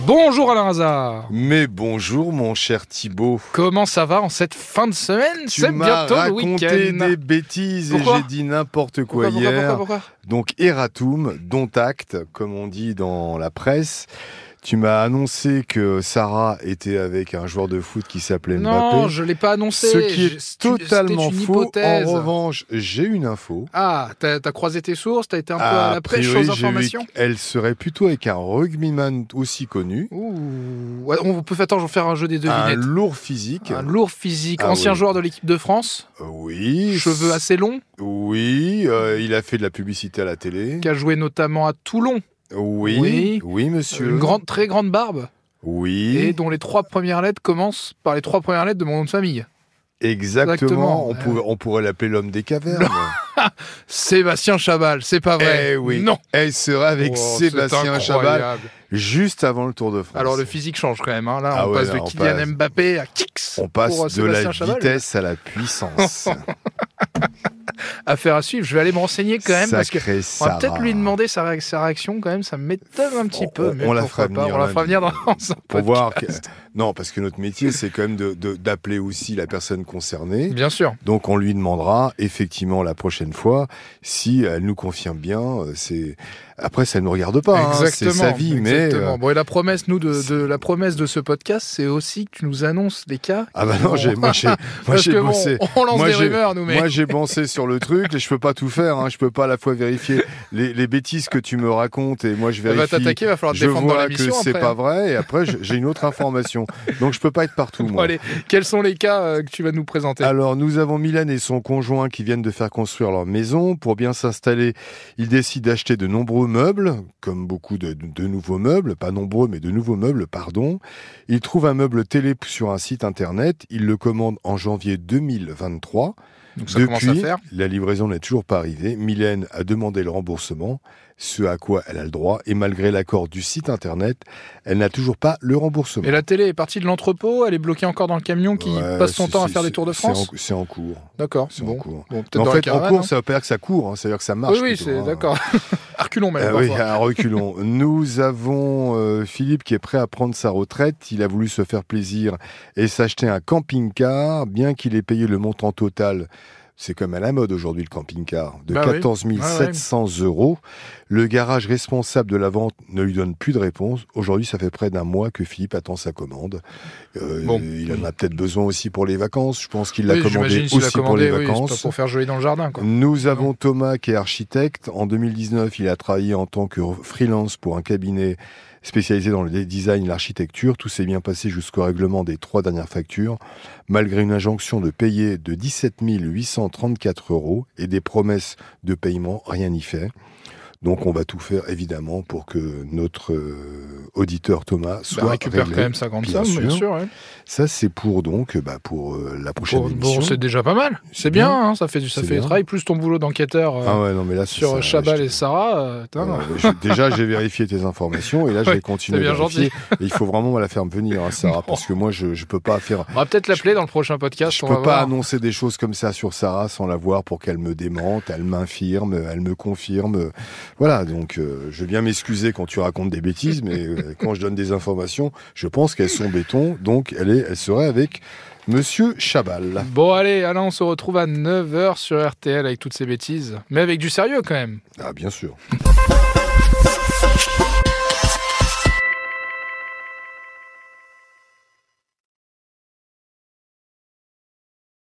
Bonjour Alain Hazard Mais bonjour mon cher Thibaut. Comment ça va en cette fin de semaine Tu C'est m'as bientôt le raconté week-end des bêtises Pourquoi et j'ai dit n'importe quoi Pourquoi, pourquoi, hier. pourquoi, pourquoi Donc Eratum, dont acte, comme on dit dans la presse. Tu m'as annoncé que Sarah était avec un joueur de foot qui s'appelait Non, Mbappé. je l'ai pas annoncé. Ce qui Je- c'était- est c'était totalement une faux. En Hypothèse. revanche, j'ai une info. Ah, t'as as croisé tes sources, t'as été un peu à la A presse priori, aux j'ai vu informations. qu'elle serait plutôt avec un rugbyman aussi connu, Ouh, Ouais, on peut attends, je vais faire un jeu des un devinettes. lourd physique. Un lourd physique, Ah ancien oui. joueur de l'équipe de France, Euh, Oui. cheveux assez longs, Oui, euh, il a fait de la publicité à la télé. qui a joué notamment à Toulon, Oui, Oui. oui, monsieur. une grande, très grande barbe, Oui, et dont les trois premières lettres commencent par les trois premières lettres de mon nom de famille. exactement. exactement, On, ouais. pouvait- on pourrait l'appeler l'homme des cavernes. Sébastien Chabal, c'est pas vrai. Eh oui. Non. Elle sera avec Oh, c'est Sébastien incroyable. Chabal juste avant le Tour de France. Alors le physique change quand même. hein. Là, Ah on ouais, passe là, de on Kylian passe- Mbappé à Kix. on passe pour, euh, de la Sébastien Chabal. vitesse à la puissance. Affaire à suivre. Je vais aller me renseigner quand même parce que Sacré on va Sarah. peut-être lui demander sa, ré- sa réaction quand même. Ça m'étonne un petit On- peu. on- mais on la pourquoi fera pas. venir On la fera lundi. venir dans dans un Pour podcast. voir que... Non, parce que notre métier, c'est quand même de- de- d'appeler aussi la personne concernée. Bien sûr. Donc on lui demandera effectivement la prochaine fois si elle nous confirme bien. euh, C'est après ça ne nous regarde pas, hein, c'est exactement. sa vie, exactement. mais euh, Bon, et la promesse, nous, de, c'est- de- la promesse de ce podcast, c'est aussi que tu nous annonces les cas. ah bah non, Bon. j'ai moi j'ai moi Parce que j'ai bon, bossé. on lance Moi, des j'ai- rumeurs, nous, mais. Moi j'ai pensé sur le truc et je peux pas tout faire. Hein. Je peux pas à la fois vérifier les, les bêtises que tu me racontes et moi je Elle va vérifie. t'attaquer, va falloir te je défendre dans vois que l'émission c'est après. hein. pas vrai et après je- j'ai une autre information. Donc je peux pas être partout Bon, moi. allez, quels sont les cas euh, que tu vas nous présenter Alors, nous avons Milan et son conjoint qui viennent de faire construire leur maison. Pour bien s'installer, ils décident d'acheter de nombreux meubles, comme beaucoup de, de nouveaux meubles, pas nombreux, mais de nouveaux meubles, pardon. Ils trouvent un meuble télé sur un site internet. Ils le commandent en janvier 2023. Donc, ça commence à Depuis, faire. la livraison n'est toujours pas arrivée. Mylène a demandé le remboursement, ce à quoi elle a le droit. Et malgré l'accord du site internet, elle n'a toujours pas le remboursement. Et la télé est partie de l'entrepôt, elle est bloquée encore dans le camion qui Ouais, passe son c'est- temps à c'est- faire des tours de c'est en- France. C'est en cours. D'accord. C'est en Bon, cours. bon peut-être Mais dans la en fait, en caravane, cours, hein. ça veut pas dire que ça court, hein, ça veut dire que ça marche. Oui, oui, plutôt, c'est hein. d'accord. Arculons même. Euh, oui, parfois. à reculons. Nous avons euh, Philippe qui est prêt à prendre sa retraite. Il a voulu se faire plaisir et s'acheter un camping-car, bien qu'il ait payé le montant total. C'est comme à la mode aujourd'hui le camping-car, de Bah oui. 14 ouais. 700 euros. Le garage responsable de la vente ne lui donne plus de réponse. Aujourd'hui, ça fait près d'un mois que Philippe attend sa commande. Euh, Bon. Il en a peut-être besoin aussi pour les vacances. Je pense qu'il l'a Oui, commandé j'imagine aussi s'il a pour commandé, les oui, c'est vacances. pas pour faire joli dans le jardin. Quoi. Nous avons Thomas qui est architecte. En 2019, il a travaillé en tant que freelance pour un cabinet spécialisé dans le design et l'architecture. Tout s'est bien passé jusqu'au règlement des trois dernières factures, malgré une injonction de payer de 17 834 euros et des promesses de paiement, rien n'y fait. Donc on va tout faire évidemment pour que notre euh, auditeur Thomas Bah, soit récupère réglé. quand même sa grande bien somme, bien sûr. sûr. ouais. Ça c'est pour donc euh, bah, pour euh, la prochaine Bon, bon, émission. c'est déjà pas mal. C'est C'est bien, bien. hein, ça fait du, ça C'est fait du bien. travail. Plus ton boulot d'enquêteur euh, ah ouais non mais là sur ça, euh, Chabal je- et Sarah. euh, putain, Euh, je- déjà, j'ai vérifié tes informations et là, je Ouais, vais continuer c'est bien à vérifier. Et il faut vraiment la faire venir, hein, Sarah, parce que moi, je, je peux pas faire. On va peut-être l'appeler dans le prochain podcast. Je on peux va pas voir. annoncer des choses comme ça sur Sarah sans la voir pour qu'elle me démente, elle m'infirme, elle me confirme. Voilà, donc euh, je viens m'excuser quand tu racontes des bêtises, mais euh, quand je donne des informations, je pense qu'elles sont béton, donc elle, est, elle serait avec Monsieur Chabal. Bon, allez, Alain, on se retrouve à 9h sur RTL avec toutes ces bêtises. Mais avec du sérieux quand même. Ah, bien sûr.